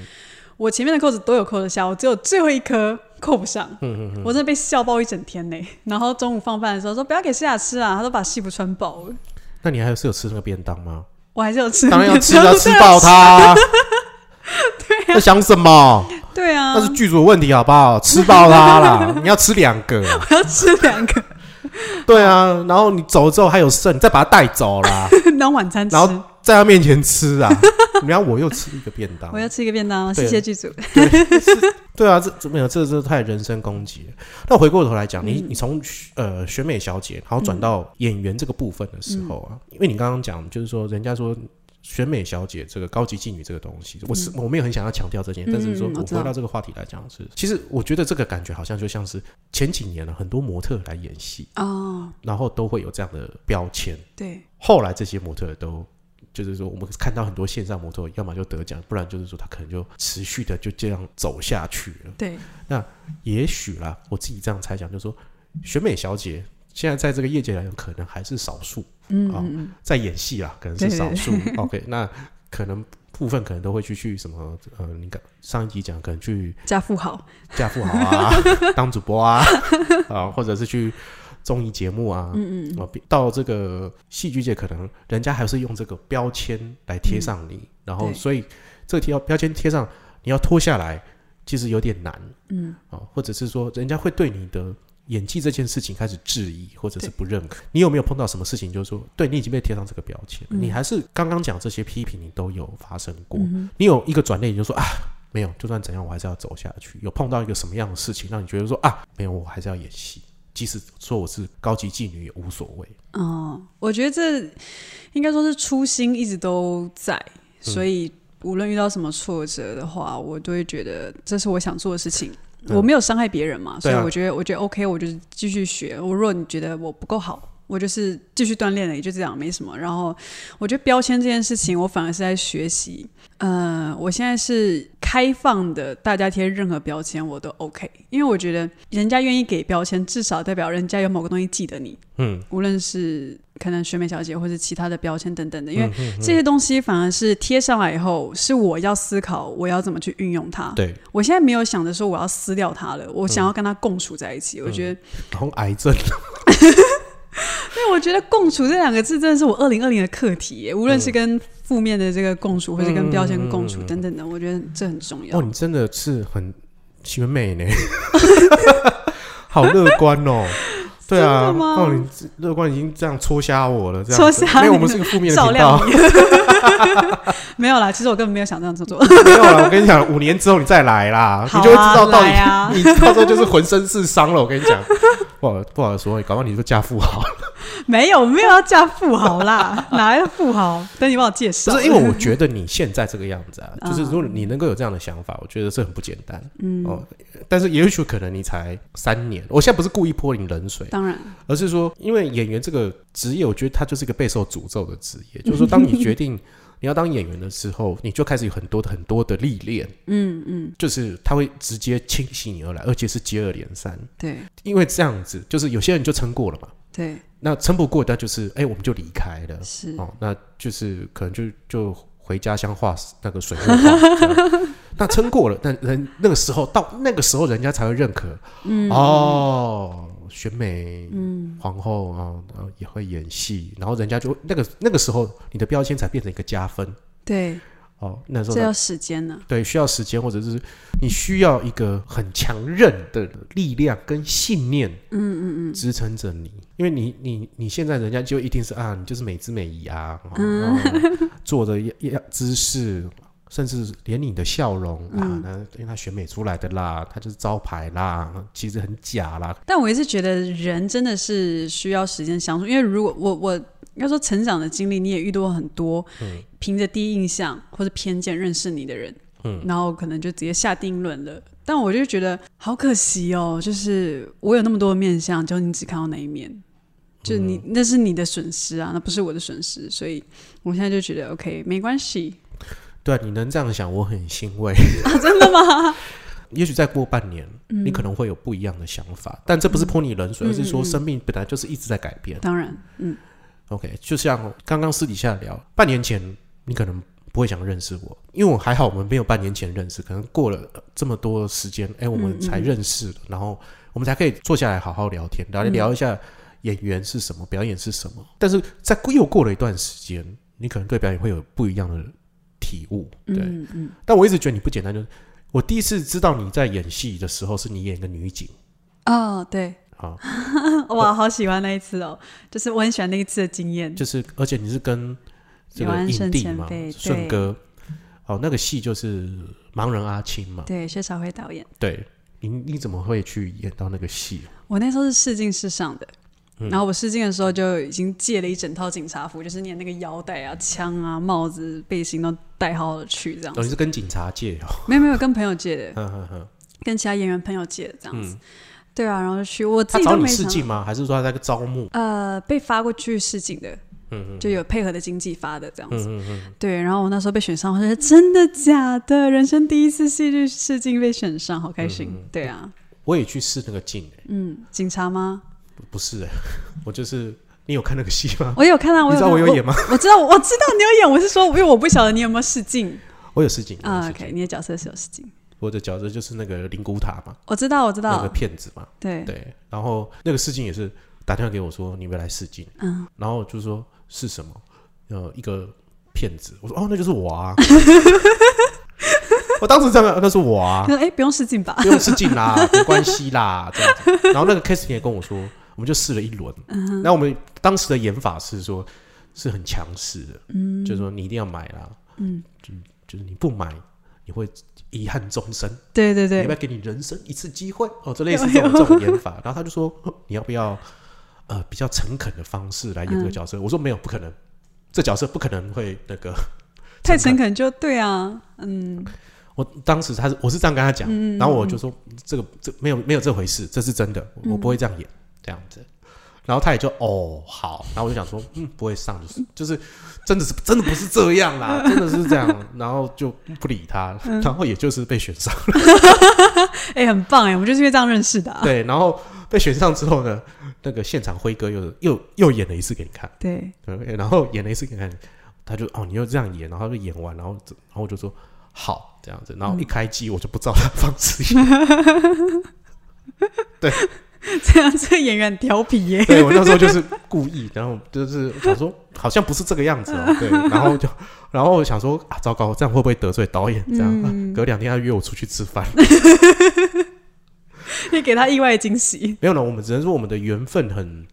我前面的扣子都有扣得下，我只有最后一颗扣不上。
嗯
我真的被笑爆一整天呢。然后中午放饭的时候说不要给西雅吃啊，他都把戏服穿爆了。
那你还是有吃那个便当吗？
我还是有吃，
当然要吃
对
啊，吃爆。它。
对啊
在想什么？
对啊，
那是剧组的问题好不好？吃爆它 啦！你要吃两个。
我要吃两个
对啊，然后你走了之后还有剩，你再把它带走啦，
当晚餐吃
然。后在他面前吃 啊。然后我又吃一个便当
我。要吃一个便当，
对
谢谢剧组。
对啊，这这没有，这这太人身攻击了。那回过头来讲，你
嗯
你从呃选美小姐，然后转到演员这个部分的时
嗯
候啊，因为你刚刚讲，就是说人家说。选美小姐这个高级妓女这个东西，我是我没有很想要强调这件，
嗯
但是说
嗯
我
我知道
回到这个话题来讲是，其实我觉得这个感觉好像就像是前几年了，很多模特来演戏，
哦，
然后都会有这样的标签。
对，
后来这些模特都就是说，我们看到很多线上模特，要么就得奖，不然就是说他可能就持续的就这样走下去了。
对，
也许啦，我自己这样猜想，就是说选美小姐现在在这个业界来讲，可能还是少数，
嗯
哦
嗯嗯，
在演戏啦，可能是少数。OK，那可能部分可能都会去去什么呃，你看上一集讲可能去
家富豪，
嫁富豪啊，当主播啊，啊、或者是去综艺节目啊，嗯嗯，啊，到这个戏剧界，可能人家还是用这个标签来贴上你，然后
嗯对
所以这贴标签贴上，你要脱下来，其实有点难
嗯，
啊，或者是说人家会对你的。演技这件事情开始质疑，或者是
对
不认可。你有没有碰到什么事情，就是说，对你已经被贴上这个标签，
嗯
你还是刚刚讲这些批评，你都有发生过。
嗯哼
你有一个转念，你就说啊，没有，就算怎样，我还是要走下去。有碰到一个什么样的事情，让你觉得说啊，没有，我还是要演戏，即使说我是高级妓女也无所谓。
哦，我觉得这应该说是初心一直都在，所
嗯
以无论遇到什么挫折的话，我都会觉得这是我想做的事情。
嗯
我没有伤害别人嘛，所以
对啊
我觉得我觉得 OK，我就是继续学。我如果你觉得我不够好，我就是继续锻炼了，也就这样，没什么。然后我觉得标签这件事情，我反而是在学习。呃，我现在是开放的，大家贴任何标签我都 OK，因为我觉得人家愿意给标签，至少代表人家有某个东西记得你。
嗯，
无论是可能选美小姐或者其他的标签等等的，因为
嗯嗯
这些东西反而是贴上来以后，是我要思考我要怎么去运用它。
对，嗯
我现在没有想着说我要撕掉它了，我想要跟它共处在一起。我觉得，
然后癌 症，
对，我觉得“共处”这两个字真的是我二零二零的课题耶，无论
嗯
是跟负面的这个共处，或者跟标签共处等等的，我觉得这很重要
哦，。你真的是很选美 呢，好乐观哦。对啊，
真的吗
哦，你这乐观已经这样戳瞎我了，这样
戳
子
瞎
没有，
你
我们是一个负面的
照
频
亮
道。
你， 没有啦，其实我根本没有想这样做。
没有啊啦，我跟你讲，五年之后你再来啦，
好啊
你就会知道到底
来啊，
你到时候就是浑身是伤了。我跟你讲，不好不好说，搞不好你就嫁富豪。
没有，我没有要嫁富豪 啦，哪来的富豪？等你帮我介绍。
不是因为我觉得你现在这个样子 啊，
嗯
就是如果你能够有这样的想法，我觉得这很不简单。嗯，哦，但是也许可能你才三年，我现在不是故意泼你冷水，
当然，
而是说，因为演员这个职业，我觉得它就是一个备受诅咒的职 业，就是说，当你决定你要当演员的时候，你就开始有很多的很多的历练，
嗯嗯，
就是它会直接侵袭你而来，而且是接二连三。
对
因为这样子，就是有些人就撑过了嘛，
对
那撑不过，那就是哎、我们就离开了。
是，
哦，那就是可能就就回家乡画那个水墨画这样。那撑过了，那人那个时候到那个时候，人家才会认可、
嗯
哦，选美
嗯
皇后啊、然后也会演戏，然后人家就那个那个时候你的标签才变成一个加分
对，
哦。那时候
这要时间呢。
对需要时间，或者是你需要一个很强韧的力量跟信念
嗯嗯嗯，
支撑着你，因为你你你现在人家就一定是啊，你就是美姿美仪啊，哦
嗯
哦做的样样姿势，甚至连你的笑容
嗯
啊，那因为他选美出来的啦，他就是招牌啦，其实很假啦，
但我一直觉得人真的是需要时间相处，因为如果我我应该说成长的经历，你也遇到很多凭着第一印象或者偏见认识你的人，
嗯
然后可能就直接下定论了。但我就觉得好可惜哦，就是我有那么多的面相，就你只看到那一面，就你、那是你的损失啊，那不是我的损失，所以我现在就觉得 OK，没关系，
对啊、你能这样想，我很欣慰。
啊，真的吗？
也许再过半年，你可能会有不一样的想法，但这不是泼你冷水，
嗯
而是说
嗯嗯
生命本来就是一直在改变。
当然，嗯，
OK，就像刚刚私底下聊，半年前你可能不会想认识我，因为我还好，我们没有半年前认识，可能过了呃这么多时间，哎、
嗯
我们才认识了，然后我们才可以坐下来好好聊
嗯
天，聊聊一下演员是什么，表演是什么。但是在又过了一段时间，你可能对表演会有不一样的体悟，对。
嗯嗯，
但我一直觉得你不简单，就是我第一次知道你在演戏的时候，是你演一个女警
哦，对，
啊，
哇，好喜欢那一次哦，就是我很喜欢那一次的经验，
就是而且你是跟这
有
个
安
影
顺
帝
前
嘛
辈，
顺
对
哥，哦，那个戏就是盲人阿青嘛，
对，薛朝辉导演，
对，你你怎么会去演到那个戏？啊
我那时候是试镜室上的。
嗯
然后我试镜的时候就已经借了一整套警察服，就是连那个腰带啊、枪啊、帽子、背心都带好了去这样
哦，嗯你
子。
是跟警察借哦，
没有没有，跟朋友借的，
呵呵呵
跟其他演员朋友借的这样子。对啊，然后就去，我自
嗯他
己
找
都
你
没
试
想到
镜吗？还是说他在个招募？
呃，被发过去试镜的，
嗯
就有配合的经纪发的这样子。
嗯嗯，
对，然后我那时候被选上，我觉得真的假的？人生第一次戏剧试镜被选上，好开
嗯
心。对啊，
我也去试那个镜、欸，
嗯，警察吗？
不是、欸，我就是你有看那个戏吗？
我有看
你
到，哦我有
知道
看
我
到
有演吗？
我知道，我知道你有演。我是说，因为我不晓得你有没有试镜
我有试镜我有
啊。
试
OK，
镜
你的角色是有试镜，
我的角色就是那个灵骨塔嘛，
我知道，我知
那
道
个。骗子嘛，
对，
对，然后那个试镜也是打电话给我说你们来试镜，嗯，然后我就说是什么，呃，一个骗子，我说哦，那就是我 啊，我当时这样，那是我啊
他，说哎、不用试镜吧？
不用试镜啦， 没关系啦，这样子。然后那个 Casting 也跟我说，我们就试了一轮。
嗯
那、我们当时的演法是说，是很强势的，就是说你一定要买啦，
嗯，
就是你不买你会遗憾终生，
对对
你要不要
对，
给你人生一次机会？哦，这类似这种这种演法。然后他就说， 哦你要不要呃比较诚恳的方式来演这个角色？我说没有，不可能，这角色不可能会那个。
太诚恳就对啊，嗯，
我当时他是我是这样跟他讲，然后我就说这个这没有没有这回事，这是真的，我不会这样演、这样子。然后他也就哦好，然后我就想说嗯不会上就是就是真的是真的不是这样啦，真的是这样，然后就不理他，然后也就是被选上，
哎、很棒哎、我们就是因为这样认识的、啊，
对，然后被选上之后呢，那个现场辉哥又又又演了一次给你看，
对，
对，然后演了一次给你看，他就哦你又这样演，然后他就演完，然后然后我就说好这样子，然后一开机我就不照他方式演。
这样这个演员很调皮耶、
对我那时候就是故意，然后就是想说好像不是这个样子哦，对，然后就然后我想说啊，糟糕，这样会不会得罪导演？这样、啊隔两天他约我出去吃饭，
你给他意外惊喜，
没有呢，我们只能说我们的缘分很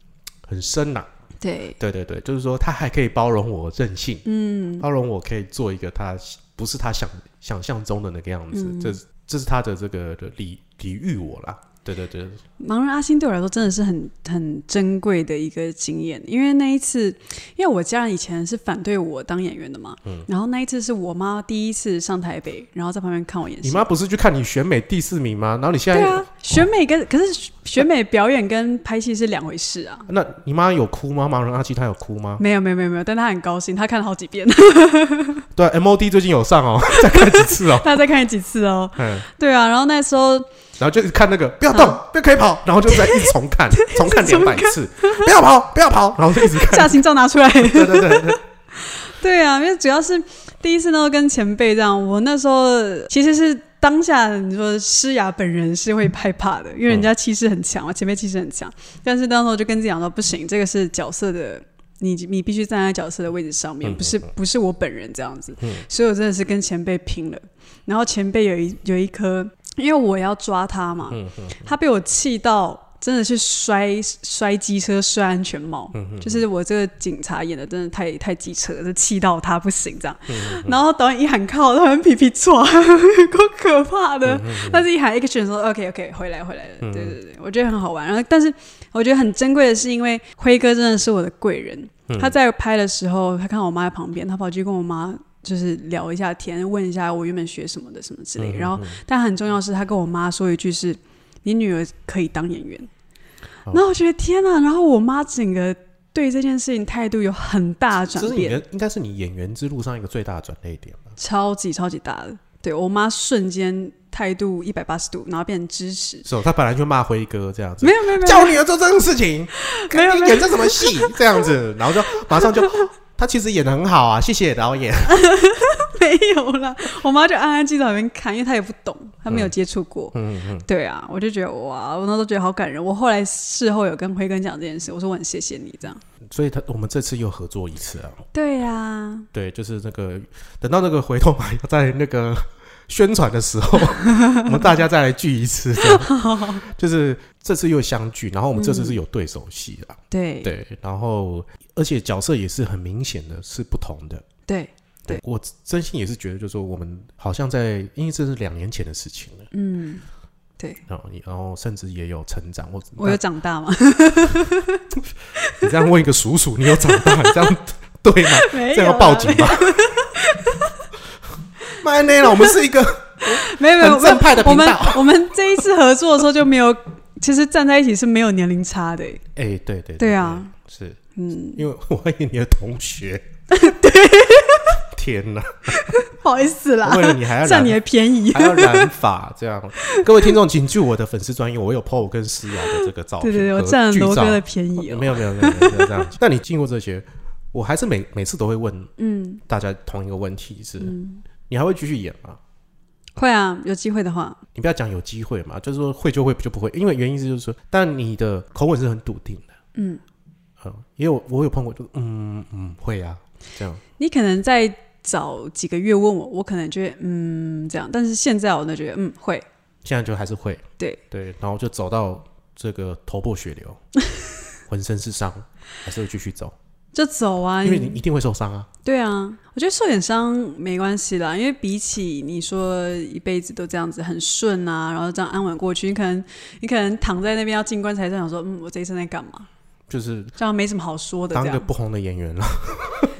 很深呐、
对，
对对对，就是说他还可以包容我任性，嗯，包容我可以做一个他不是他想想象中的那个样子，这是这是他的这个的礼礼遇我啦。对对对，
盲人阿星对我来说真的是很很珍贵的一个经验，因为那一次，因为我家人以前是反对我当演员的嘛，然后那一次是我妈第一次上台北，然后在旁边看我演戏。
你妈不是去看你选美第四名吗？然后你现在、
对啊，选美跟可是选美表演跟拍戏是两回事啊。
那你妈有哭吗？盲人阿七她有哭吗？
没有没有没有没有，但他很高兴，他看了好几遍，
对啊，MOD 最近有上哦， 再看几次哦。
他再看了几次哦。
嗯，
对啊，然后那时候
然后就一直看那个，不要动，不要可以跑，然后就嗯 在一直重看，重看两百次，不要跑，不要跑，然后就一直 看。
驾行照拿出来，
对对对对，
对啊，因为主要是第一次呢跟前辈这样，我那时候其实是当下你说诗雅本人是会害怕的，因为人家气势很强嘛，前辈气势很强，但是当时我就跟自己讲说，不行，这个是角色的。你你必须站在角色的位置上面，
嗯
不是不是我本人这样子，
嗯
所以我真的是跟前辈拼了。然后前辈有一有一颗，因为我要抓他嘛，
嗯嗯
他被我气到真的是摔摔机车、摔安全帽，就是我这个警察演的真的太太机车了，就气到他不行这样。然后导演一喊靠，他们皮皮错， 够可怕
嗯
的。但是一喊 action 说 OK OK 回来回来了，对对对，我觉得很好玩。然后但是我觉得很珍贵的是，因为辉哥真的是我的贵人，
嗯
他在拍的时候，他看到我妈在旁边，他跑去跟我妈。就是聊一下天，问一下我原本学什么的什么之
嗯
类的，然后但很重要的是，他跟我妈说一句是：“你女儿可以当演员。”
哦
然后我觉得天哪！然后我妈整个对这件事情态度有很大的
这
转
是你
变，
的，应该是你演员之路上一个最大的转捩点吧？
超级超级大的。对我妈瞬间态度一百八十度，然后变成支持。
是哦，他本来就骂辉哥这样子
没，有没有没有，
叫我女儿做这种事情，
没有
你
没有
演这什么戏？这样 子，然后就马上就，他其实演的很好啊，谢谢导演。
没有啦，我妈就安安静静在旁边看，因为她也不懂，她没有接触过。
嗯嗯
对啊，我就觉得哇，我那时候觉得好感人。我后来事后有跟辉哥讲这件事，我说我很谢谢你这样。
嗯，所以他我们这次又合作一次啊，
对啊，
对，就是那个等到那个回头马要在那个宣传的时 候，我们大家再来聚一次，这样就是这次又相聚，然后我们这次
嗯
是有对手戏啊，
对
对，然后而且角色也是很明显的是不同的。
对对
我真心也是觉得，就是说我们好像在，因为这是两年前的事情了，
嗯，对，
然后然后甚至也有成长。我
我有长大吗？
你这样问一个叔叔，你有长大？你这样对吗？
没有，啊
这样要报 警吗？妈内了，我们是一个
没有没有
很正派的
我
频
们
道。
我们这一次合作的时候就没有，其实站在一起是没有年龄差的欸、
哎、对对
对啊，
对是
嗯，
因为我还以为你的同 学。 天哪！
不好意思啦，
为了你还要
占你
染，
的便宜。
还要染发，这样。各位听众，请去我的粉丝专业，我有 PO 我跟思瑶的这个照
对
片，
对对，我
哦和
占了
剧
罗
照
哥的便宜哦、
没有没有没有没有没有这样。 那你经过这些，我还是每每次都会问
嗯
大家同一个问题是：
嗯，
你还会继续演吗？
会啊，有机会的话，
你不要讲有机会嘛，就是说会就会，就不会。因为原因是就是说，但你的口吻是很笃定的，
嗯，
嗯，也有我有碰过，就嗯嗯会啊，这样
你可能在早几个月问我，我可能就会嗯这样，但是现在我都觉得嗯会，
现在就还是会，
对
对，然后就走到这个头破血 流，浑身是伤，还是会继续走，
就走啊，
因为你一定会受伤啊。
对啊，我觉得受点伤没关系啦，因为比起你说一辈子都这样子很顺啊，然后这样安稳过去，你可能你可能躺在那边要进棺材，就想说，嗯，我这一生在干嘛？
就是
这样没什么好说的，这
当个
样
不红的演员了，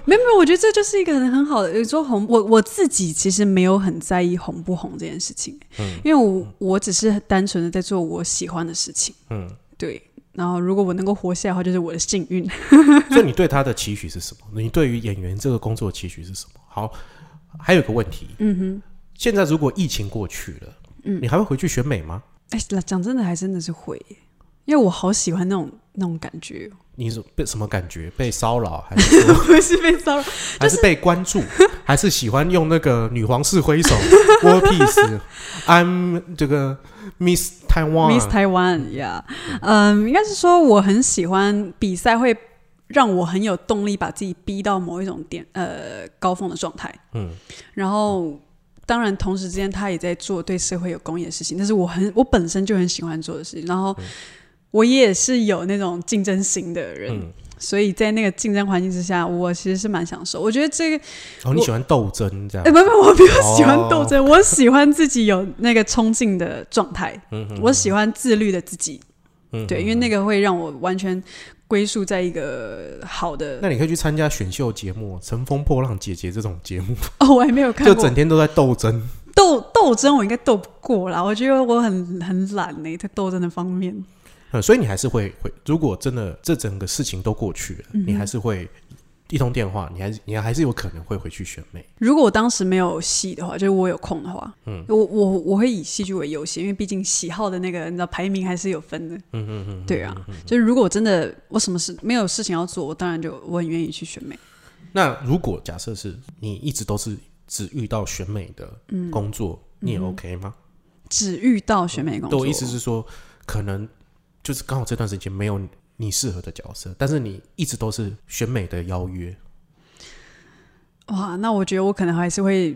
没有没有，我觉得这就是一个很很好的。你说红，我我自己其实没有很在意红不红这件事情，因为我我只是单纯的在做我喜欢的事情，
嗯，
对。然后如果我能够活下来的话，就是我的幸运。
所以你对他的期许是什么？你对于演员这个工作的期许是什么？好，还有一个问题，嗯哼，现在如果疫情过去了，嗯，你还会回去选美吗？
哎，讲真的，还真的是会耶，因为我好喜欢那种那种感觉 哦，
你是被什么感觉？被骚扰，还是 说
不是被骚扰。
还是被关注，还是喜欢用那个女皇式挥 手，War Peace，I'm 这个 Miss
Miss
Taiwan，
Taiwan 呀、yeah，嗯，应该是说我很喜欢比赛，会让我很有动力，把自己逼到某一种点呃高峰的状态。
嗯，
然后当然同时之间他也在做对社会有公益的事情，但是我很我本身就很喜欢做的事情，然
嗯
后我也是有那种竞争心的人。
嗯
所以在那个竞争环境之下，我其实是蛮享受。我觉得这个，
哦，你喜欢斗争这
哎、
样，
不不，我比较喜欢
哦
斗争，我喜欢自己有那个冲劲的状态，
嗯哼，
我喜欢自律的自己。
嗯
对，因为那个会让我完全归宿在一个好的。
那你可以去参加选秀节目《乘风破浪姐姐》这种节目，
哦，我还没有看
就
过
整天都在斗争。
斗斗争，我应该斗不过啦。我觉得我很很懒呢、在斗争的方面。
嗯，所以你还是会会，如果真的这整个事情都过去了，
嗯
你还是会一通电话，你还是你还是有可能会回去选美。
如果我当时没有戏的话，就是我有空的话，嗯，我我我会以戏剧为优先，因为毕竟喜好的那个你知道排名还是有分的。
嗯嗯嗯，
对啊，就是如果我真的我什么事没有事情要做，我当然就我很愿意去选美。
那如果假设是你一直都是只遇到选美的
嗯
工作，你也 OK 吗？
只遇到选美工
对
作，
我意思是说，可能就是刚好这段时间没有你适合的角色，但是你一直都是选美的邀约，
哇，那我觉得我可能还是会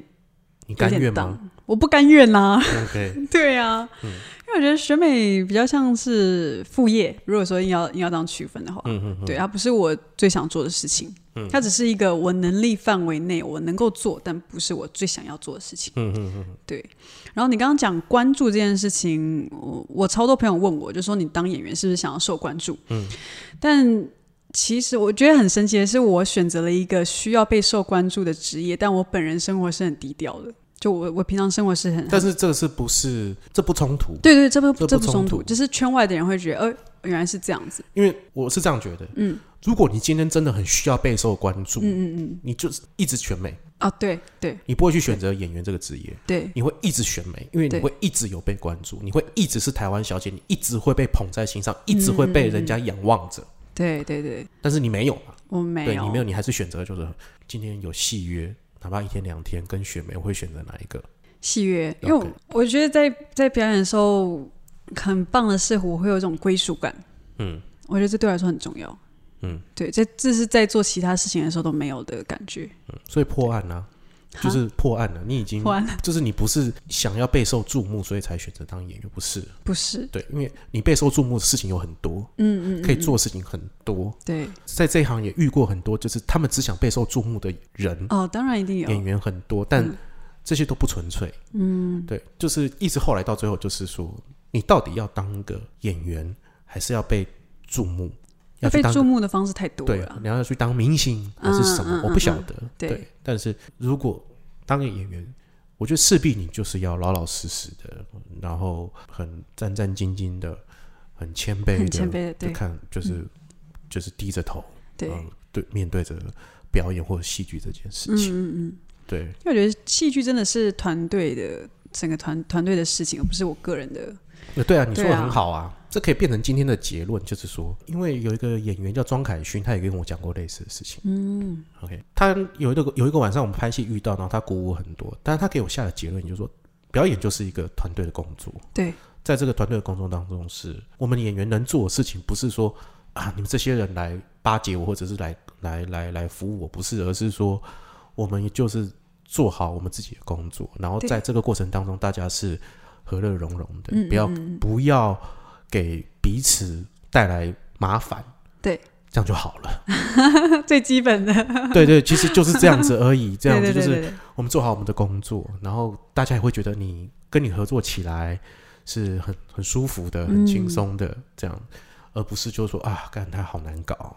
你
有
甘愿
点
吗
当，我不甘愿啊啦、
？OK，
对啊，因为我觉得选美比较像是副业，如果说硬要硬要这样区分的话，
嗯嗯嗯，
对，它不是我最想做的事情，它只是一个我能力范围内我能够做，但不是我最想要做的事情。
嗯嗯嗯，
对，然后你刚刚讲关注这件事情，我我超多朋友问我，就说你当演员是不是想要受关注？嗯，但其实我觉得很神奇的是，我选择了一个需要被受关注的职业，但我本人生活是很低调的，就我我平常生活是很
但是这是不是这不冲突？
对对，这不
这
这
不冲
不冲突，
突
就是圈外的人会觉得，呃，原来是这样子。
因为我是这样觉得，嗯，如果你今天真的很需要备受关注，嗯嗯嗯，你就是一直选美，
啊，对对
你不会去选择演员这个职业。
对
你会一直选美，因为你
对
会一直有被关注，你会一直是台湾小姐，你一直会被捧在心上，一直会被人家仰望着。
对对对，
但是你没有嘛，
我没
对
有，
你没有，你还是选择就是今天有戏约，哪怕一天两天跟选美，我会选择哪一个？
戏约，因为我
OK
我觉得在在表演的时候，很棒的是我会有一种归属感。
嗯，
我觉得这对我来说很重要。
嗯，
对，这这是在做其他事情的时候都没有的感觉。
所以破案呢、啊，就是破案了、你已经
完了，
就是你不是想要备受注目，所以才选择当演员，不是？
不是，
对，因为你备受注目的事情有很多，
嗯嗯，
可以做的事情很多，
对，
在这一行也遇过很多，就是他们只想备受注目的人，
哦，当然一定
演
有，
员很多，但
嗯
这些都不纯粹。嗯，对，就是一直后来到最后，就是说你到底要当个演员，还是要被注目？要去
被
当
注目的方式太多
对啊
了，。
你要去当明星还是什么？
嗯嗯
我不晓得。
对
对，但是如果当个演员，我觉得势必你就是要老老实实的，然后很战战兢兢的，很谦卑
很
的，
谦卑的，
就
对嗯
看就是就是低着头，
对，
嗯，对，面对着表演或者戏剧这件事
嗯
情，
嗯嗯。
对，
因为我觉得戏剧真的是团队的整个团团队的事情，而不是我个人的。
呃对啊，你说
对
的
啊
很好啊，这可以变成今天的结论，就是说，因为有一个演员叫庄凯勋，他也跟我讲过类似的事情。嗯，OK，他有一个有一个晚上我们拍戏遇到，然后他鼓舞很多，但是他给我下的结论就是说，表演就是一个团队的工作，
对
在这个团队的工作当中是，我们演员能做的事情，不是说啊，你们这些人来巴结我，或者是来来来来服务我，不是，而是说我们就是做好我们自己的工作，然后
对
在这个过程当中，大家是和乐融融的，
嗯
不要
嗯嗯
不要给彼此带来麻烦，
对，
这样就好了。
嗯 最基本的，
对对，其实就是这样子而 已， 这样
对
子
对
就
对
是
对对，
我们做好我们的工作，然后大家也会觉得你跟你合作起来是很很舒服
嗯
的、很轻松的、这样，而不是就说啊，干他好难搞，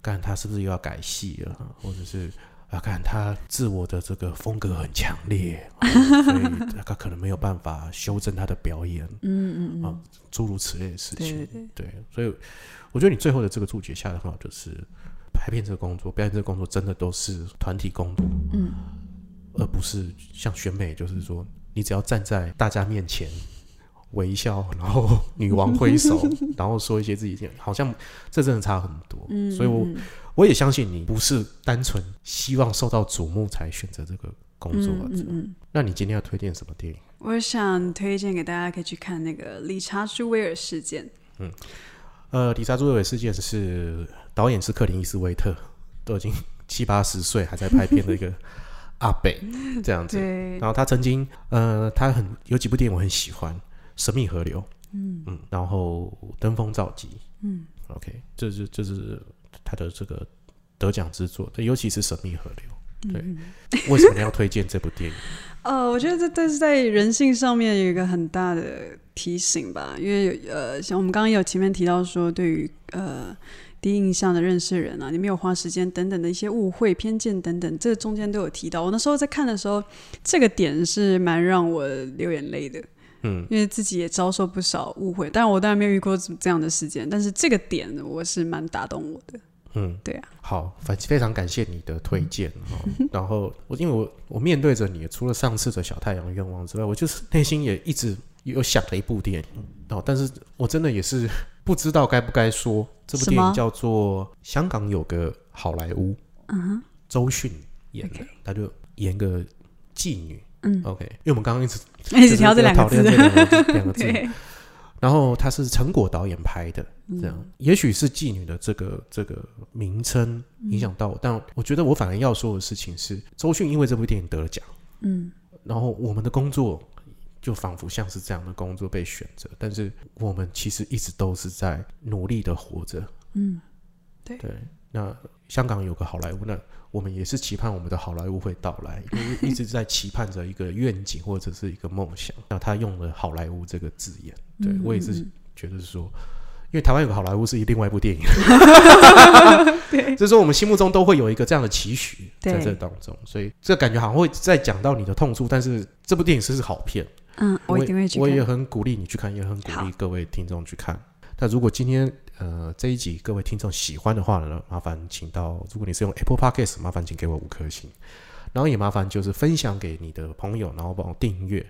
干他是不是又要改戏了，或者是啊，干他自我的这个风格很强烈， 啊所以他可能没有办法修正他的表演，
嗯嗯
啊
嗯，
诸如此类的事
对对
情。
对，
对，所以我觉得你最后的这个注解下的很好，就是拍片这个工作、表演这个工作，真的都是团体工作，
嗯，
而不是像选美，就是说你只要站在大家面前微笑，然 后女王挥手，然后说一些自己的，好像这真的差很多。
嗯，
所以我
嗯
我也相信你不是单纯希望受到瞩目才选择这个工作。啊
嗯嗯嗯，
那你今天要推荐什么电影？
我想推荐给大家可以去看那个理查朱威尔事件，
呃，理查·朱维尔事件是呃导演是克林·伊斯威特，都已经七八十岁还在拍片的一个阿北这样子。
对
然，后他曾经，呃，他很有几部电影我很喜欢，《神秘河流》，嗯嗯，然后《登峰造极》，
嗯
，OK，这是这是他的这个得奖之作，对，尤其是《神秘河流对
嗯。嗯
为什么要推荐这部电影？
呃，我觉得这这是在人性上面有一个很大的提醒吧，因为有呃，像我们刚刚有前面提到说，对于呃第一印象的认识人啊，你没有花时间等等的一些误会、偏见等等，这中间都有提到。我那时候在看的时候，这个点是蛮让我流眼泪的，
嗯，
因为自己也遭受不少误会，但我当然没有遇过这样的事件，但是这个点我是蛮打动我的。
嗯，
对啊，
好，反非常感谢你的推 荐哦。然后我因为我我面对着你，除了上次的小太阳愿望之外，我就是内心也一直有想了一部电影哦，但是我真的也是不知道该不该说。这部
什
电
么
影叫做《香港有个好莱坞》，
嗯
周迅演的
OK，
他就演个妓女。
嗯
，OK，因为我们刚刚一直
哼， 一直挑这两个
讨论
字，
这两个两个字，
对，
然后他是陈果导演拍的，这
嗯
样、也许是妓女的这个这个名称影响到我，但我觉得我反而要说的事情是，周迅因为这部电影得了奖，
嗯
然后我们的工作就仿佛像是这样的工作被选择，但是我们其实一直都是在努力的活着。
嗯，
对，那香港有个好莱坞，那我们也是期盼我们的好莱坞会到来，因为一直在期盼着一个愿景或者是一个梦想。那他用了好莱坞这个字眼，对
嗯
我也是
嗯
觉得说，因为台湾有个好莱坞是另外一部电影， 对，就是说我们心目中都会有一个这样的期许在
嗯对
这当中，所以这感觉好像会再讲到你的痛处，但是这部电影是是好片，
嗯，我一定会去
我
看
也。很鼓励你去看，也很鼓
好
励各位听众去看。那如果今天呃这一集各位听众喜欢的话呢，麻烦请到，如果你是用 Apple Podcast，麻烦请给我五颗星，然后也麻烦就是分享给你的朋友，然后帮我订阅。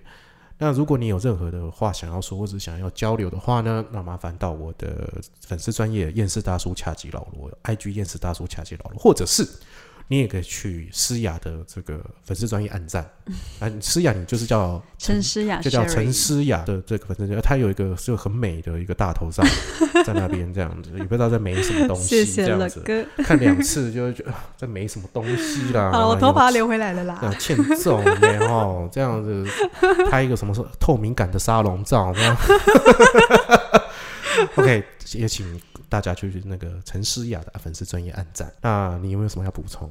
那如果你有任何的话想要说，或者想要交流的话呢，那麻烦到我的粉丝专业厌世大叔恰吉老罗，IG 厌世大叔恰吉老罗，或者是你也可以去诗雅的这个粉丝专业按赞，啊，诗雅你就是叫
陈诗雅
就叫
啊 Sherry
陈诗雅的这个粉丝专业，她有一个就很美的一个大头上 在那边这样子，也不知道在美什么东
谢
西
谢
这
乐
样子，
哥，
看两次就会觉得啊这没什么东西啦。
好了，我
有
头发留回来了啦
啊，。欠揍呢 哦，这样子拍一个什么透明感的沙龙照，这样。OK，也请大家去那个陈诗雅的粉丝专业按赞。那你有没有什么要补充？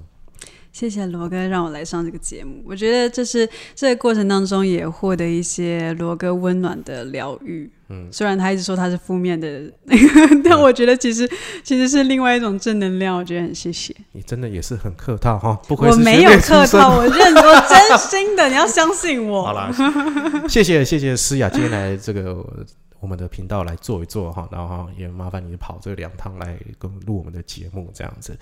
谢谢罗哥让我来上这个节目，我觉得这是这个过程当中也获得一些罗哥温暖的疗愈。嗯，虽然他一直说他是负面的， 但我觉得其实其实是另外一种正能量，我觉得很谢谢。
你真的也是很客套哈、不愧
我
是
没有
学妹出
客
身
套，我认，我真 心的，你要相信我。
好啦，谢谢谢谢诗雅今天来这个呃我们的频道来坐一坐哈，然后也麻烦你跑这两趟来跟录我们的节目这样子。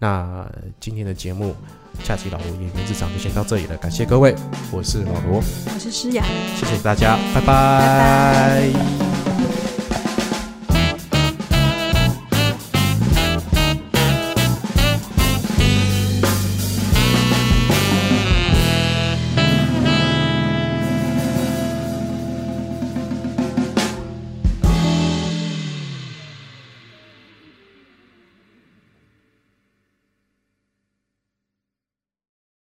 那呃今天的节目，下期老罗演员日常就先到这里了，感谢各位，我是老罗，
我是诗雅。
谢谢大家，拜
拜
拜